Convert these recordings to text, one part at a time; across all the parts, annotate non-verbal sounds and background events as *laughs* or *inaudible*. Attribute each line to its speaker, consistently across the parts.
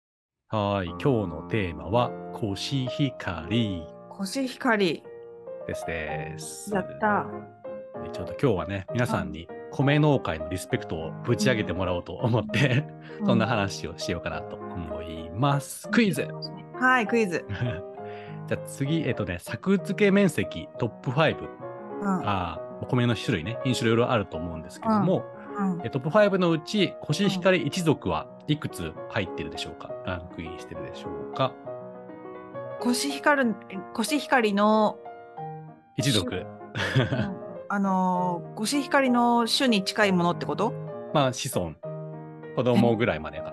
Speaker 1: い、今日のテーマは、コシヒカリ
Speaker 2: コシヒカリ。
Speaker 1: ですです。
Speaker 2: やった。
Speaker 1: でちょっと今日はね、皆さんに米農家へのリスペクトをぶち上げてもらおうと思って、そんな話をしようかなと思います。クイズ
Speaker 2: うん。はい、クイズ。
Speaker 1: じゃあ次、えっとね、作付け面積トップ5。
Speaker 2: うん。
Speaker 1: あーお米の種類ね、品種いろいろあると思うんですけども、
Speaker 2: うん
Speaker 1: えトップ5のうち、コシヒカリ一族はいくつ入ってるでしょうかランクインしてるでしょうか
Speaker 2: コシヒカリ、コシヒカ
Speaker 1: *laughs*
Speaker 2: リの、
Speaker 1: 一族。
Speaker 2: うんあのー、コシヒカリの種に近いものってこと
Speaker 1: まあ、子孫。子供ぐらいまでかな。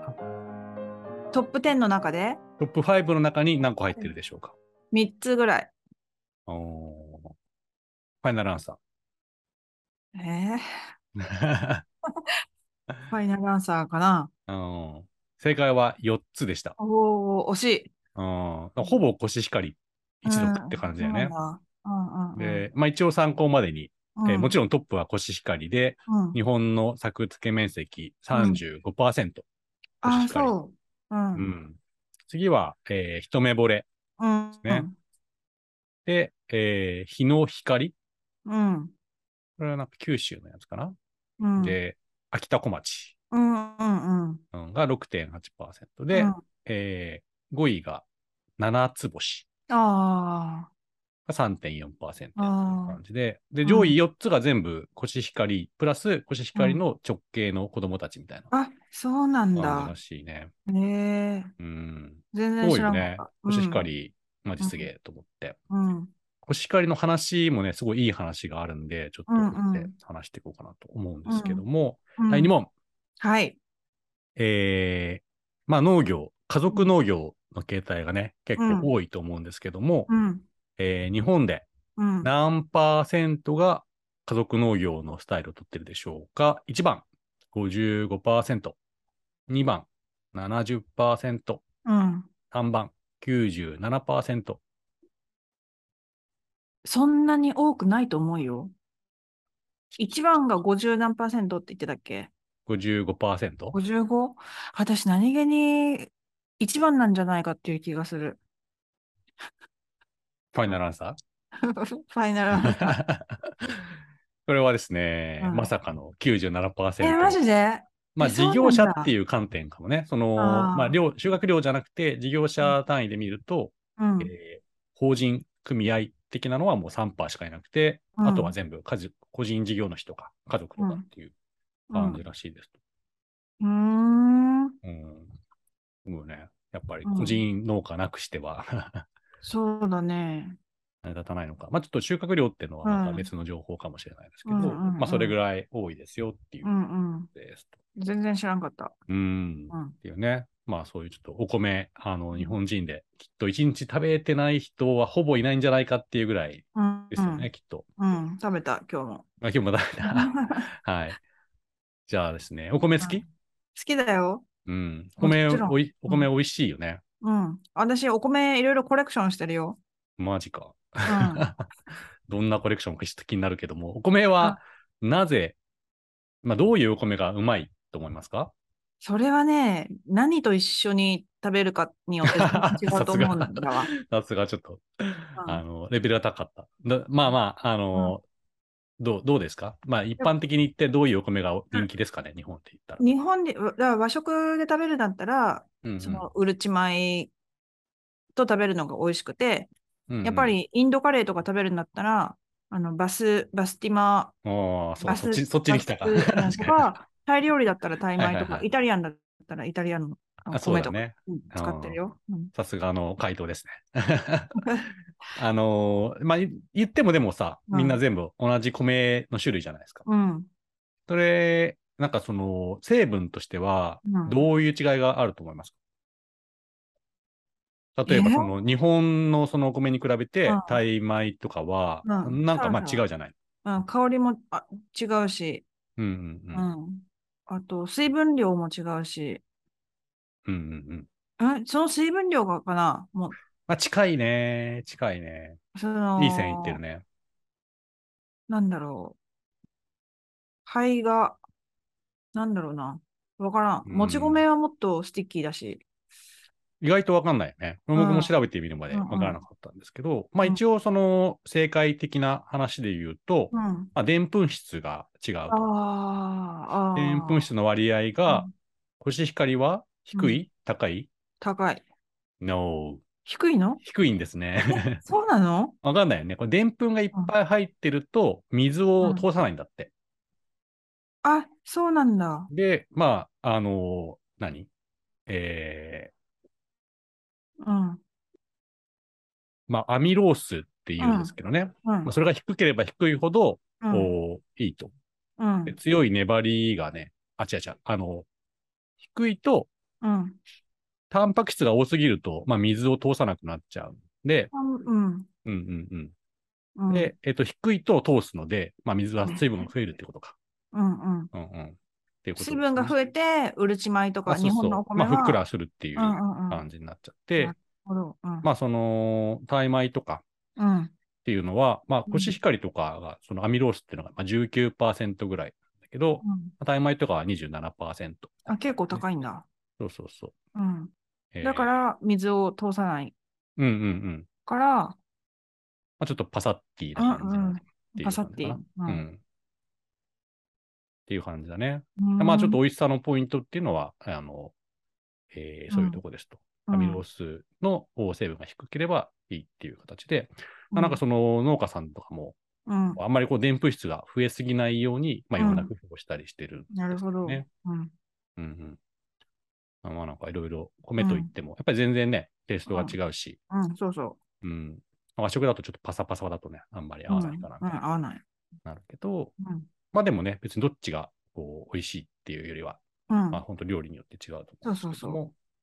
Speaker 2: トップ10の中で
Speaker 1: トップ5の中に何個入ってるでしょうか、
Speaker 2: 3つぐらい。
Speaker 1: おーファイナルアンサ
Speaker 2: えー、 *laughs*
Speaker 1: ー。
Speaker 2: ファイナルアンサーかな。
Speaker 1: うん正解は4つでした。
Speaker 2: おー、惜しい。
Speaker 1: うんほぼコシヒカリ一族って感じだよね。
Speaker 2: うんうんうん、
Speaker 1: で、まあ、一応参考までに、
Speaker 2: うん、
Speaker 1: えーもち
Speaker 2: ろ
Speaker 1: ろんトップはコシヒカリで、
Speaker 2: ん、うん、
Speaker 1: 日本の作付け面積35%。コシ
Speaker 2: ああ、
Speaker 1: ヒカリ
Speaker 2: そう。うん。
Speaker 1: う
Speaker 2: うん
Speaker 1: ん、次は、えー一目惚れ。
Speaker 2: うん
Speaker 1: ねで、えー日の光。
Speaker 2: うん。
Speaker 1: これはなんか九州のやつかな。
Speaker 2: うん。
Speaker 1: で、秋田小町、
Speaker 2: うんうんうん。
Speaker 1: うん、が6.8%で、
Speaker 2: うん
Speaker 1: えー5位が七つ星
Speaker 2: あ
Speaker 1: が3.4%って
Speaker 2: あー
Speaker 1: 感じで、で、上位4つが全部コシヒカリ、プラスコシヒカリの直系の子供たちみたいな
Speaker 2: あ。あ、そうなん
Speaker 1: 感じ
Speaker 2: だ
Speaker 1: ら。しいね。
Speaker 2: へえ。
Speaker 1: うん。
Speaker 2: 全然
Speaker 1: 多い
Speaker 2: 知ら
Speaker 1: よ
Speaker 2: な
Speaker 1: ね
Speaker 2: かった。。
Speaker 1: コシヒカリ、まあ実現と思って。
Speaker 2: うん。
Speaker 1: コシヒカリの話もね、すごいいい話があるんで、ちょっと
Speaker 2: うんう
Speaker 1: 思
Speaker 2: ん
Speaker 1: って話していこうかなと思うんですけども、
Speaker 2: うん。
Speaker 1: 第2問。
Speaker 2: はい。
Speaker 1: えーまあ農業、家族農業の形態がね、結構多いと思うんですけども、
Speaker 2: うん。
Speaker 1: えー日本で
Speaker 2: うん。
Speaker 1: 何パーセントが家族農業のスタイルをとってるでしょうか ?1 番、55%。2番、70%。
Speaker 2: うん。
Speaker 1: 3番、97%。
Speaker 2: そんなに多くないと思うよ。一番が50何パーセントって言ってたっけ
Speaker 1: 55%?
Speaker 2: ?55? 私何気に一番なんじゃないかっていう気がする。 *laughs*
Speaker 1: ファイナルアンサ
Speaker 2: ファイナ
Speaker 1: *laughs*
Speaker 2: ルアンサー。 *laughs*
Speaker 1: ーこれはですね、
Speaker 2: うん
Speaker 1: まさかの97%。
Speaker 2: え、マジで
Speaker 1: まあ、
Speaker 2: えそ
Speaker 1: 事
Speaker 2: うなんだ
Speaker 1: 業者っていう観点かもね。その、
Speaker 2: あー
Speaker 1: まあ、量、収穫量じゃなくて、事業者単位で見ると、
Speaker 2: うん
Speaker 1: え。ー法人、組合的なのはもう3%しかいなくて、
Speaker 2: うん
Speaker 1: あとは全部家族、個人事業主とか、家族とかっていう
Speaker 2: うん
Speaker 1: 感じらしいです。
Speaker 2: うーん。
Speaker 1: うん。もうね、やっぱり個人農家なくしては *laughs*
Speaker 2: そうだね。
Speaker 1: 成り立たないのか。まあ、ちょっと収穫量っていうのはまた別の情報かもしれないですけど、
Speaker 2: うんうんうん
Speaker 1: まあ、それぐらい多いですよっていう
Speaker 2: う
Speaker 1: こ
Speaker 2: んうん。
Speaker 1: とです。
Speaker 2: 全然知らんかった。
Speaker 1: うん
Speaker 2: うん
Speaker 1: っ。ていうね。まあそういうちょっとお米、あの日本人できっと一日食べてない人はほぼいないんじゃないかっていうぐらい
Speaker 2: うん。
Speaker 1: ですよね、きっと。
Speaker 2: うん。うん。食べた、今日も。 *laughs*
Speaker 1: まあ今日もだめだ。はい。じゃあですね、お米好
Speaker 2: う
Speaker 1: き
Speaker 2: ん好きだよ。
Speaker 1: うん。お
Speaker 2: もち
Speaker 1: 米
Speaker 2: ろん
Speaker 1: おい、お米美味しいよね。
Speaker 2: うん。私、お米いろいろコレクションしてるよ。
Speaker 1: マジか。
Speaker 2: うん。
Speaker 1: *laughs* どんなコレクションかちょっと気になるけども、お米はなぜ、まあどういうお米がうまいと思いますか
Speaker 2: それはね、何と一緒に食べるかによって全然違うと思うん
Speaker 1: *laughs* さ
Speaker 2: だ
Speaker 1: すが
Speaker 2: わ。
Speaker 1: さすがちょっと、あの、レベルが高かった。だまあまあ、あの、どう、どうですかまあ一般的に言ってどういうお米が人気ですかね、日本って言ったら。
Speaker 2: 日本で、だから和食で食べるんだったら、
Speaker 1: うんうん
Speaker 2: そのうるち米と食べるのが美味しくて、
Speaker 1: うんうん
Speaker 2: やっぱりインドカレーとか食べるんだったら、あのバス、バスティマ、
Speaker 1: ああ、そ
Speaker 2: バ
Speaker 1: う、そっ
Speaker 2: ス、
Speaker 1: ち、そっちに来たか。
Speaker 2: バス
Speaker 1: 確かに
Speaker 2: とか、タイ料理だったらタイ米とか、
Speaker 1: はいはいはい
Speaker 2: イタリアンだったらイタリアンのあ
Speaker 1: *laughs*
Speaker 2: の
Speaker 1: あそう
Speaker 2: 米
Speaker 1: だ
Speaker 2: とか、
Speaker 1: ね。
Speaker 2: うん使ってるよ。うん
Speaker 1: さすがの回答ですね。 *laughs* あのーまあ、い言ってもでもさ、
Speaker 2: うん
Speaker 1: みんな全部同じ米の種類じゃないですか。
Speaker 2: うん。
Speaker 1: それ、なんかその、成分としては、
Speaker 2: うん
Speaker 1: どういう違いがあると思いますか例えば、
Speaker 2: え
Speaker 1: その、日本のそのお米に比べて
Speaker 2: うん、
Speaker 1: タイ米とかは、
Speaker 2: うん
Speaker 1: なんかまあ
Speaker 2: そ
Speaker 1: 違
Speaker 2: うそう
Speaker 1: うじゃない。
Speaker 2: うん、香りもあ違うし、
Speaker 1: うんうん
Speaker 2: う
Speaker 1: うん。
Speaker 2: ん。あと、水分量も違うし、
Speaker 1: うんうんうん。
Speaker 2: うん、その水分量がかなも
Speaker 1: まあ近いね。近いね。
Speaker 2: う、その、
Speaker 1: いい線いってるね。
Speaker 2: なんだろう。肺が、なんだろうな。わからん。
Speaker 1: うん
Speaker 2: もち米はもっとスティッキーだし。
Speaker 1: 意外とわかんないよね。僕
Speaker 2: うん
Speaker 1: も調べてみるまでわからなかったんですけど、まあ一応その正解的な話で言うと、
Speaker 2: うん。
Speaker 1: まあ、でんぷん質が違うと。
Speaker 2: あーあー。
Speaker 1: でんぷん質の割合が
Speaker 2: う、ん
Speaker 1: コシヒカリは低い、高い
Speaker 2: 高い。
Speaker 1: ?No。
Speaker 2: 低
Speaker 1: *laughs*
Speaker 2: いの
Speaker 1: 低いんですね。
Speaker 2: そうなの
Speaker 1: わかんないよね。これ、でんぷんがいっぱい入ってると、水を通さないんだって。
Speaker 2: あ、そうなんだ。
Speaker 1: で、まあ、あのー何え
Speaker 2: うん。
Speaker 1: ー、まあ、アミロースって言うんですけどね。
Speaker 2: うん
Speaker 1: まあ、。それが低ければ低いほど、
Speaker 2: うん。
Speaker 1: こういいと。
Speaker 2: うん
Speaker 1: で。強い粘りがね、あ、違う違う。あの、低いと、
Speaker 2: うん。
Speaker 1: タンパク質が多すぎると、まあ、水を通さなくなっちゃうんで、
Speaker 2: うん。
Speaker 1: うんうん
Speaker 2: う。
Speaker 1: うんん。で、えっと、低いと通すので、まあ、水は、水分が増えるってことか。
Speaker 2: うんうん。
Speaker 1: うんうん。っていうことです
Speaker 2: 水
Speaker 1: ね
Speaker 2: 分が増えて、うるち米とか、
Speaker 1: あそう
Speaker 2: 日
Speaker 1: そう
Speaker 2: 本のお米
Speaker 1: ま
Speaker 2: は。
Speaker 1: あ、ふっくらするっていう
Speaker 2: うんうんうん。な
Speaker 1: 感じになっちゃって、
Speaker 2: るほど。うん。
Speaker 1: まあ、その、タイ米とか
Speaker 2: うん。
Speaker 1: っていうのは、まあ、
Speaker 2: うん
Speaker 1: コシヒカリとかが、そのアミロースっていうのがまあ19%ぐらいだけど、
Speaker 2: うん
Speaker 1: タイ米とかは27%。
Speaker 2: あ、結構高いんだ。
Speaker 1: そうそうそう。
Speaker 2: うん。
Speaker 1: えー
Speaker 2: だか、ら、水を通さない
Speaker 1: うんうんうん。
Speaker 2: から、
Speaker 1: まあ、ちょっとパサッティ
Speaker 2: うん
Speaker 1: な感じの
Speaker 2: うん。パサッ
Speaker 1: って
Speaker 2: て
Speaker 1: いう
Speaker 2: う
Speaker 1: のかなうんん。っていう感じだね。
Speaker 2: うん。
Speaker 1: まあ、ちょっと美味しさのポイントっていうのは、あの、えーそういうとこですと。
Speaker 2: うん、
Speaker 1: アミロースの成分が低ければいいっていう形で、まあ
Speaker 2: う
Speaker 1: なんかその農家さんとかも、
Speaker 2: うん。
Speaker 1: あんまりこう、でんぷん質が増えすぎないように、まあ、いろんな工夫をしたりしてるんですよね。
Speaker 2: なるほど。うん。
Speaker 1: うんうん。まあ、なんかいろいろ、米といっても、やっぱり全然ね、テイストが違うし、
Speaker 2: うん、そうそ
Speaker 1: うん。和食だとちょっとパサパサだとね、あんまり
Speaker 2: う。
Speaker 1: 合わないかな、み
Speaker 2: うん、
Speaker 1: たいに
Speaker 2: うん合わない。
Speaker 1: なるけど、
Speaker 2: うん。
Speaker 1: まあでもね、別にどっちが、こう、美味しいっていうよりは、
Speaker 2: うん
Speaker 1: まあ、本当料理によって違うと思うんですけども。
Speaker 2: そうそうそ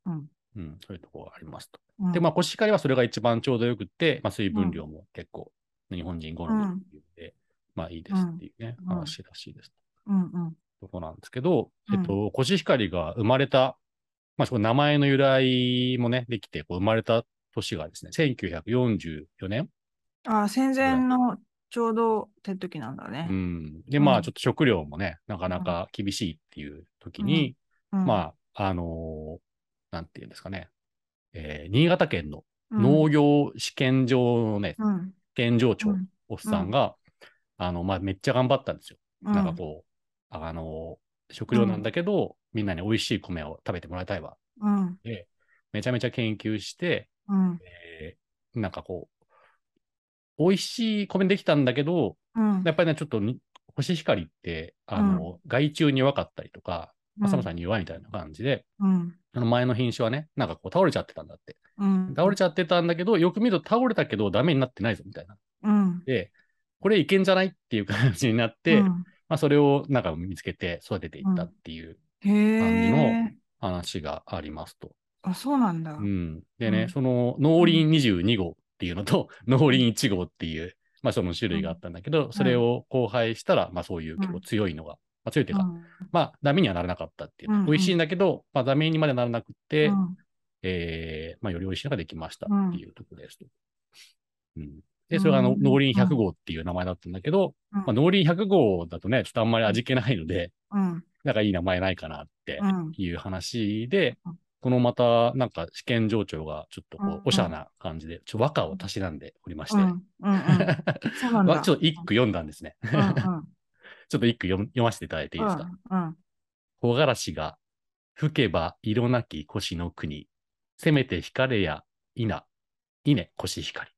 Speaker 2: ううん
Speaker 1: うん、そういうところがありますと。
Speaker 2: うん。
Speaker 1: で、まあ、コシヒカリはそれが一番ちょうどよくって、まあ、水分量も結構、日本人好みだっていうので、まあ、いいですっていうね、
Speaker 2: うん
Speaker 1: 話らしいです。
Speaker 2: うんうん。
Speaker 1: とこなんですけど、
Speaker 2: うん
Speaker 1: えっと、コシヒカリが生まれた、まあ、その名前の由来もね、できて、こう生まれた年がですね、1944年。
Speaker 2: あ、戦前のちょうど手時なんだね
Speaker 1: う。ん。で、ま
Speaker 2: う
Speaker 1: あ、
Speaker 2: ん
Speaker 1: ちょっと食料もね、なかなか厳しいっていう時に、
Speaker 2: うん、
Speaker 1: まあ、あのーなんていうんですかね、えー新潟県の
Speaker 2: うん、
Speaker 1: 農業試験場のね、
Speaker 2: うん、
Speaker 1: 試験場長
Speaker 2: う、ん
Speaker 1: おっさんが、あの、まあ、めっちゃ頑張ったんですよ。
Speaker 2: うん、
Speaker 1: なんかこう、あのー食料なんだけど、みんなに美味しい米を食べてもらいたいわ。
Speaker 2: うん、
Speaker 1: めちゃめちゃ研究して、
Speaker 2: うん、
Speaker 1: えーなんかこう、美味しい米できたんだけど、
Speaker 2: うん。
Speaker 1: やっぱりね、ちょっとにコシヒカリって、あの、害虫に弱かったりとか、まあ寒さに弱いみたいな感じで、
Speaker 2: うん、
Speaker 1: あの前の品種はね、なんかこう倒れちゃってたんだって。
Speaker 2: うん。
Speaker 1: 倒れちゃってたんだけど、よく見ると倒れたけどダメになってないぞみたいな。
Speaker 2: うん。
Speaker 1: で、これいけんじゃないっていう感じになって、
Speaker 2: う
Speaker 1: ま
Speaker 2: ん、
Speaker 1: あそれをなんか見つけて育てていったっていう
Speaker 2: へえ。
Speaker 1: 感話がありますと。
Speaker 2: あ、そうなんだ。
Speaker 1: うん、でね、
Speaker 2: うん
Speaker 1: その農林22号っていうのと、農林1号っていう、まあ、その種類があったんだけど、それを交配したら、まあ、そういう結構強いのが、まあ、強いというか、
Speaker 2: うん
Speaker 1: まあ、ダメにはならなかったっていう、
Speaker 2: うんうん
Speaker 1: 美味しいんだけど、まあ、ダメにまでならなくて、
Speaker 2: うん
Speaker 1: えーまあ、より美味しいのができましたっていうところです。うんで、それがあ
Speaker 2: う
Speaker 1: の
Speaker 2: ん
Speaker 1: 農林100号っていう名前だったんだけど、
Speaker 2: うん
Speaker 1: まあ、農林100号だとね、ちょっとあんまり味気ないので、
Speaker 2: うん、
Speaker 1: なんかいい名前ないかなって
Speaker 2: うん、
Speaker 1: いう話で
Speaker 2: うん、
Speaker 1: このまた、なんか試験場長がちょっとこ
Speaker 2: うんう、
Speaker 1: うんおしゃな感じで、ちょっと和歌をたしなんでおりまし
Speaker 2: う
Speaker 1: て、
Speaker 2: ん、うん、うん。そうなん
Speaker 1: わ *laughs*
Speaker 2: だ。
Speaker 1: ちょっと一句読んだんですね。
Speaker 2: うん、うん、
Speaker 1: ちょっと一句読読ませていただいていいですか。
Speaker 2: うん、
Speaker 1: 木枯らしが吹けば色なき腰の国、せめて光れや稲、稲腰光。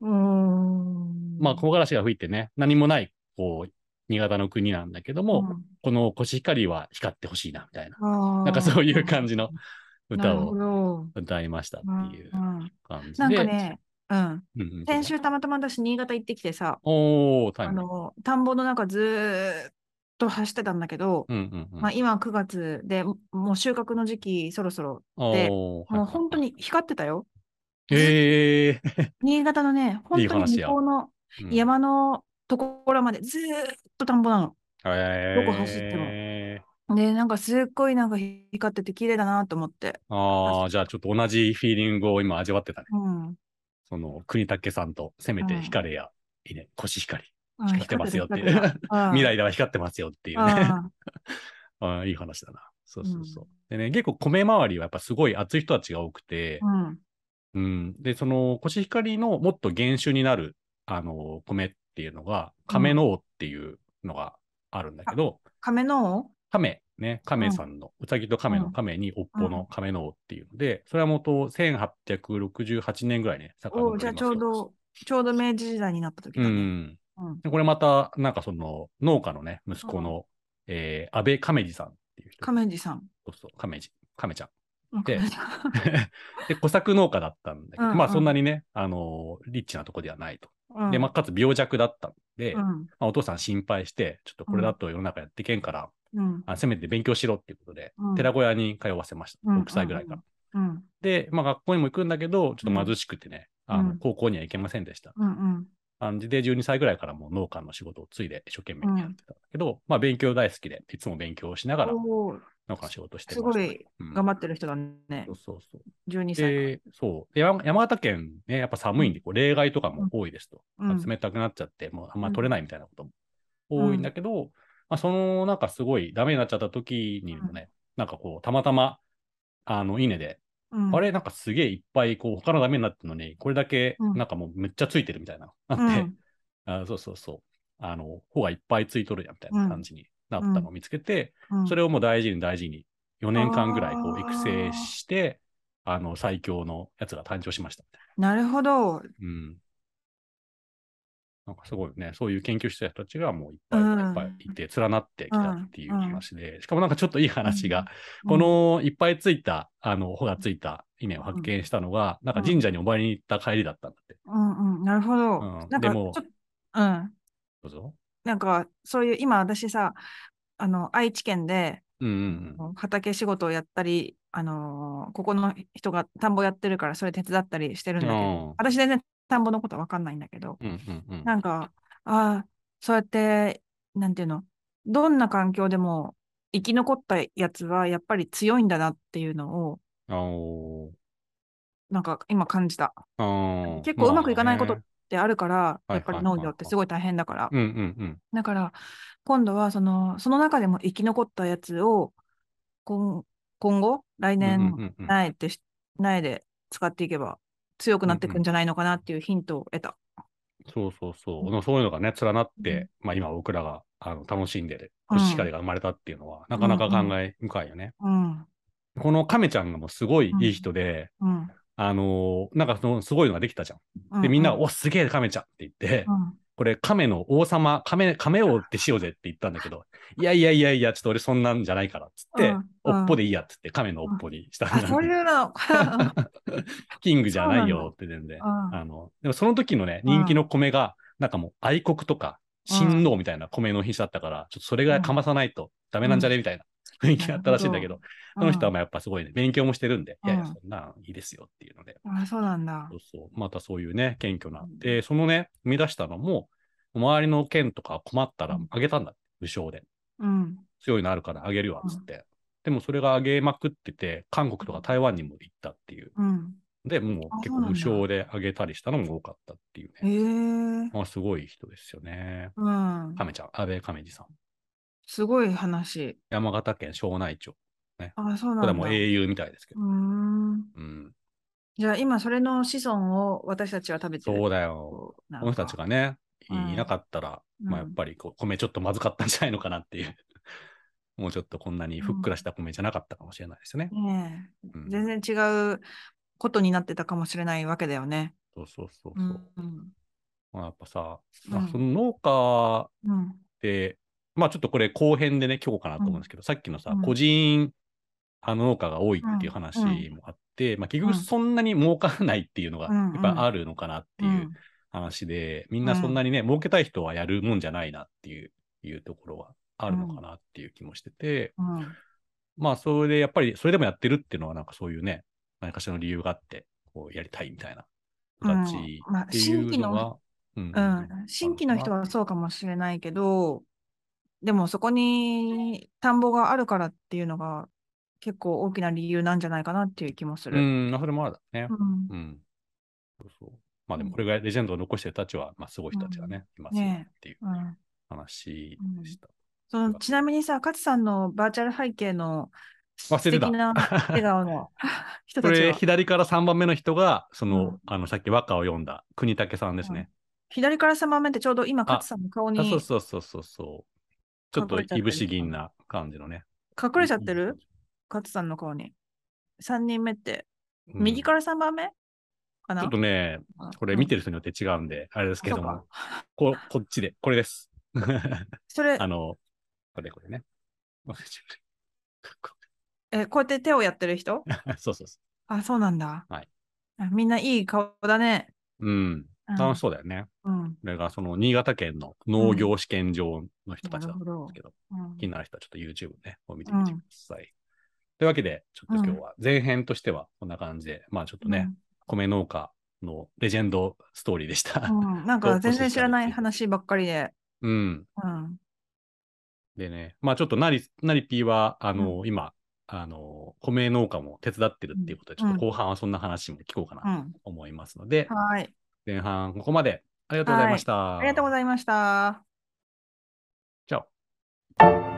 Speaker 2: うん。
Speaker 1: まあ、木枯らしが吹いてね、何もない、こう、新潟の国なんだけども、この腰光は光ってほしいな、みたいな、
Speaker 2: な
Speaker 1: なんかそういう感じの歌
Speaker 2: なるほ
Speaker 1: を
Speaker 2: ど
Speaker 1: 歌いましたっていう
Speaker 2: うんうん
Speaker 1: 感じで。
Speaker 2: なんかね、うん、
Speaker 1: うんうん、
Speaker 2: 先週たまたま私、新潟行ってきてさ、
Speaker 1: おー、タイ
Speaker 2: あ
Speaker 1: ムリー。
Speaker 2: の田んぼの中ずーっと走ってたんだけど、
Speaker 1: うんうんうん。
Speaker 2: まあ、今9月でももう収穫の時期そろそろ、で
Speaker 1: おー
Speaker 2: もう本当。
Speaker 1: はいはいはい
Speaker 2: に光ってたよ。
Speaker 1: ええ
Speaker 2: 新潟のね、
Speaker 1: いい
Speaker 2: 本当に
Speaker 1: 話
Speaker 2: 向
Speaker 1: や
Speaker 2: こうの
Speaker 1: ー。
Speaker 2: 山のところまでずーっと田んぼなの。
Speaker 1: うん、
Speaker 2: どこ走っても
Speaker 1: え
Speaker 2: で、なんかすっごいなんか光ってて綺麗だなと思って。
Speaker 1: ーああ、じゃあちょっと同じフィーリングを今味わってたね。
Speaker 2: うん。
Speaker 1: その、国武さんと、せめて
Speaker 2: うん
Speaker 1: 光れや、いいね、腰光。
Speaker 2: うん
Speaker 1: 光ってますよっていう。
Speaker 2: 光って
Speaker 1: 未
Speaker 2: た光って
Speaker 1: 来では光ってますよっていう
Speaker 2: た
Speaker 1: ね。
Speaker 2: うん
Speaker 1: *laughs* ああ、いい話だな。そうそうそう。でね、結構米周りはやっぱすごい熱い人たちが多くて、
Speaker 2: うん。
Speaker 1: うん。で、その、コシヒカリのもっと原種になる、あの、米っていうのが、亀の王っていうのがあるんだけど、
Speaker 2: 亀の
Speaker 1: 亀、ね、亀さんの、うさぎと亀の亀に、おっぽの亀の王っていうので、それはもと1868年ぐらいね、
Speaker 2: 王
Speaker 1: 遡
Speaker 2: を
Speaker 1: り
Speaker 2: じゃあ
Speaker 1: ます
Speaker 2: ちょう
Speaker 1: よ
Speaker 2: ど、ちょうど明治時代になった時
Speaker 1: う
Speaker 2: だね。
Speaker 1: ん。
Speaker 2: うん。
Speaker 1: でこれまた、なんかその、農家のね、息子の、えー安倍亀治さんっていう人。
Speaker 2: 亀治さん。
Speaker 1: そうそう、亀治、亀ちゃん。 *laughs*
Speaker 2: うん
Speaker 1: で
Speaker 2: 亀治さん
Speaker 1: で、小作農家だったんだけど、
Speaker 2: うんうん
Speaker 1: まあそんなにね、あのーリッチなとこではないと。
Speaker 2: うん
Speaker 1: で、まあ、かつ病弱だったんで、
Speaker 2: う
Speaker 1: ま
Speaker 2: ん。
Speaker 1: あ、お父さん心配して、ちょっとこれだと世の中やってけんから、
Speaker 2: うん。
Speaker 1: あせめて勉強しろっていうことで、
Speaker 2: うん
Speaker 1: 寺小屋に通わせました。
Speaker 2: うん
Speaker 1: 6歳ぐらいから。
Speaker 2: うん。
Speaker 1: で、まあ学校にも行くんだけど、ちょっと貧しくてね、
Speaker 2: うん
Speaker 1: あ
Speaker 2: う
Speaker 1: の
Speaker 2: ん
Speaker 1: 高校には行けませんでした。
Speaker 2: うん。うん。
Speaker 1: 感じで、12歳ぐらいからもう農家の仕事を継いで一生懸命やってたんだけど、まあ勉強大好きで、いつも勉強をしながら
Speaker 2: おー
Speaker 1: 農家の仕事をして
Speaker 2: す
Speaker 1: ました。
Speaker 2: ごい
Speaker 1: うん
Speaker 2: 頑張ってる人だね
Speaker 1: そう。そうそう。
Speaker 2: 12歳
Speaker 1: で、そう。で山山形県ね、やっぱ寒いんで、こう例外とかも多いですと。
Speaker 2: から。うん
Speaker 1: 冷たくなっちゃって、もうあんま取れないみたいなことも多いんだけど、まあ、そのなんかすごいダメになっちゃった時にもね、なんかこう、たまたま、あの、稲で、
Speaker 2: うん
Speaker 1: あれなんかすげえいっぱい、こう、他のダメになってるのに、これだけ、
Speaker 2: うん
Speaker 1: なんかもうめっちゃついてるみたいな、な
Speaker 2: う
Speaker 1: って、
Speaker 2: ん。
Speaker 1: あそうそうそう、あの、方がいっぱいついとるやんみたいな感じになったのを見つけて、
Speaker 2: うん
Speaker 1: それをもう大事に大事に、4年間ぐらいこ
Speaker 2: あ
Speaker 1: う
Speaker 2: ー
Speaker 1: 育成して、あの、最強のやつが誕生しましたみたいな。
Speaker 2: なるほど。
Speaker 1: うん。なんかすごいね、そういう研究してた人たちがもういっぱいい
Speaker 2: うん
Speaker 1: っぱいいて、連なってきたっていう話で、しかもなんかちょっといい話が、
Speaker 2: うん
Speaker 1: こ、のいっぱいついた、あの、穂がついた稲を発見したのが、なんか神社にお参りに行った帰りだったんだって。
Speaker 2: うんうん、なるほど。
Speaker 1: うん
Speaker 2: なん
Speaker 1: で
Speaker 2: か
Speaker 1: も
Speaker 2: ちょっと、うん。
Speaker 1: どうぞ。
Speaker 2: なんか、そういう、今私さ、あの、愛知県で、
Speaker 1: うんうん
Speaker 2: 畑仕事をやったり、あのーここの人が田んぼやってるからそれ手伝ったりしてるん
Speaker 1: うん。
Speaker 2: だけど、
Speaker 1: あ
Speaker 2: 私全然田んぼのことわかんないんだけど、
Speaker 1: ーうんうんうん。
Speaker 2: なんか、ああ、そうやって、なんていうの、どんな環境でも生き残ったやつはやっぱり強いんだなっていうのを、
Speaker 1: あー
Speaker 2: なんか今感じた。
Speaker 1: あー
Speaker 2: 結構うまくいかないこと
Speaker 1: まあね
Speaker 2: であるから、
Speaker 1: いはい
Speaker 2: やっぱり農業ってすごい大変だから。
Speaker 1: うんうんうん。
Speaker 2: だから、今度はその、その中でも生き残ったやつを、今今後、来
Speaker 1: うん
Speaker 2: 年
Speaker 1: う、んうん
Speaker 2: 苗ってし、苗で使っていけば強くなっていくんじゃないのかなっていうヒントを得た。
Speaker 1: そうそうそう。でもそういうのがね、連なって、まあ今僕らがあの楽しんでる、
Speaker 2: うん
Speaker 1: コシヒカリが生まれたっていうのは、なかなか感慨深いよね。
Speaker 2: うん。
Speaker 1: この亀ちゃんがもうすごいいい人で、
Speaker 2: うん。
Speaker 1: あのーなんかそのすごいのができたじゃ。
Speaker 2: うん
Speaker 1: で、みんな、お、すげえ亀ちゃんって言って、
Speaker 2: うん
Speaker 1: これ亀の王様、亀、亀王ってしようぜって言ったんだけど、いやいやいやいや、ちょっと俺そんなんじゃないからっつって、
Speaker 2: うん
Speaker 1: おっぽ
Speaker 2: で。
Speaker 1: でいいやっつって亀のおっぽにしたんだ
Speaker 2: あ、
Speaker 1: けど
Speaker 2: そういうの。
Speaker 1: キングじゃないよって全然。
Speaker 2: う
Speaker 1: *laughs*
Speaker 2: ん
Speaker 1: あの、でもその時のね、人気の米が、なんかもう愛国とか、神道みたいな米の品種だったから、ちょっとそれがかまさないとダメなんじゃねみたいな雰囲気だったらしいんだけど、その人は
Speaker 2: うん
Speaker 1: まあやっぱすごいね、勉強もしてるんで、いやいや、
Speaker 2: うん
Speaker 1: そんなんいいですよっていうので、
Speaker 2: あ、そうなんだ
Speaker 1: そ。うそう、またそういうね、謙虚な
Speaker 2: う。ん
Speaker 1: で、そのね、生み出したのも、周りの県とか困ったら
Speaker 2: うん
Speaker 1: あげたんだって、無償で。
Speaker 2: うん。
Speaker 1: 強いのあるからあげるわ、つって。でもそれがあげまくってて、韓国とか台湾にも行ったっていう。
Speaker 2: うん。
Speaker 1: で、もう
Speaker 2: あ
Speaker 1: 結
Speaker 2: そ
Speaker 1: 構
Speaker 2: うな
Speaker 1: 無
Speaker 2: んだ
Speaker 1: 償であげたりしたのも多かったっていう
Speaker 2: ええ
Speaker 1: ね。まあ、すごい人ですよね。
Speaker 2: うん。
Speaker 1: 亀ちゃん、安倍亀治さん。
Speaker 2: すごい話。
Speaker 1: 山形県庄内町。
Speaker 2: あ、そう
Speaker 1: これは
Speaker 2: なん
Speaker 1: も
Speaker 2: だ。
Speaker 1: う
Speaker 2: う
Speaker 1: 英雄みたいですけど。
Speaker 2: ーん。
Speaker 1: うん。
Speaker 2: じゃあ今それの子孫を私たちは食べてる。
Speaker 1: そうだよ。
Speaker 2: こうな
Speaker 1: こ
Speaker 2: ん
Speaker 1: の
Speaker 2: か
Speaker 1: 人たちがね、
Speaker 2: うん
Speaker 1: いなかったら、
Speaker 2: うん
Speaker 1: まあやっぱりこう米ちょっとまずかったんじゃないのかなっていう。 *laughs* もうちょっとこんなにふっくらした米じゃなかったかもしれないですね。
Speaker 2: ねえ
Speaker 1: うん
Speaker 2: 全然違うことになってたかもしれないわけだよね。
Speaker 1: そうそうそう
Speaker 2: う
Speaker 1: そう。
Speaker 2: んうん
Speaker 1: まあ、やっぱさ、
Speaker 2: うん
Speaker 1: まあ、その農家
Speaker 2: うん
Speaker 1: で、まあちょっとこれ後編でね、今日かなと思うんですけど、さっきのさ、
Speaker 2: うん
Speaker 1: 個人あの農家が多いっていう話もあって、まあ結局そんなに儲からないっていうのが
Speaker 2: うんうん
Speaker 1: やっぱあるのかなっていう話で、みんなそんなにね、儲けたい人はやるもんじゃないなっていういうところはあるのかなっていう気もしてて、
Speaker 2: うんうん
Speaker 1: まあそれでやっぱりそれでもやってるっていうのはなんかそういうね、何かしらの理由があって、こうやりたいみたいな形っていうのは、うんうんうん
Speaker 2: うん新規の人はそうかもしれないけど、でもそこに田んぼがあるからっていうのが結構大きな理由なんじゃないかなっていう気もす
Speaker 1: う
Speaker 2: る。
Speaker 1: ん、それもあるだろうね。
Speaker 2: うん
Speaker 1: うん。そうそう。まあでも
Speaker 2: うん
Speaker 1: これぐらいレジェンドを残してる人たちは、まあすごい人たちがね、いますよ
Speaker 2: ね
Speaker 1: っていう
Speaker 2: うん
Speaker 1: 話でした。
Speaker 2: そのちなみにさ、勝さんのバーチャル背景の
Speaker 1: 忘れてた
Speaker 2: 素敵な笑顔の人
Speaker 1: こ
Speaker 2: たち
Speaker 1: れ、
Speaker 2: は、
Speaker 1: 左から3番目の人が、その、
Speaker 2: うん
Speaker 1: あの、さっき和歌を読んだ国武さんですね。
Speaker 2: 左から3番目ってちょうど今、
Speaker 1: あ
Speaker 2: 勝さんの顔に
Speaker 1: あそう
Speaker 2: 隠
Speaker 1: そうそうそうそう。ちょっと
Speaker 2: 隠れちゃってる
Speaker 1: いぶし銀な感じのね。
Speaker 2: れちゃってる勝さんの顔に。3人目って、
Speaker 1: うん
Speaker 2: 右から3番目かな
Speaker 1: ちょっとね、これ見てる人によって違うんで、あれですけど
Speaker 2: あそ
Speaker 1: も、ここっちで、これです。
Speaker 2: それ
Speaker 1: あ、の、これこれね。
Speaker 2: え、こうやって手をやって
Speaker 1: *laughs*
Speaker 2: る人
Speaker 1: そうそうそ
Speaker 2: あ、そうなんだ。
Speaker 1: はい
Speaker 2: あみんないい顔だね。
Speaker 1: う。うん。
Speaker 2: うん
Speaker 1: 楽しそうだよね。
Speaker 2: うん。
Speaker 1: これが、その、新潟県の農業試験場の人たちだったんですけど、
Speaker 2: うん
Speaker 1: 気になる人はちょっと YouTube ね、を見てみてください。というわけで、ちょっと今日は前編としてはこんな感じで、まあちょっとね、米農家のレジェンドストーリーでした。
Speaker 2: うん。うんなんか全然知らない話ばっかりで。
Speaker 1: うん。
Speaker 2: うん。
Speaker 1: でね、まあちょっとなり、なりぴーは、あの、今、あの、米農家も手伝ってるっていうことで、ちょっと
Speaker 2: うん
Speaker 1: 後半はそんな話も聞こうか
Speaker 2: う
Speaker 1: なと
Speaker 2: ん。
Speaker 1: 思いますので、
Speaker 2: はい。
Speaker 1: 前半ここまでありがとうございました。
Speaker 2: ありがとうご
Speaker 1: いま
Speaker 2: ざいました。
Speaker 1: す。じゃあ。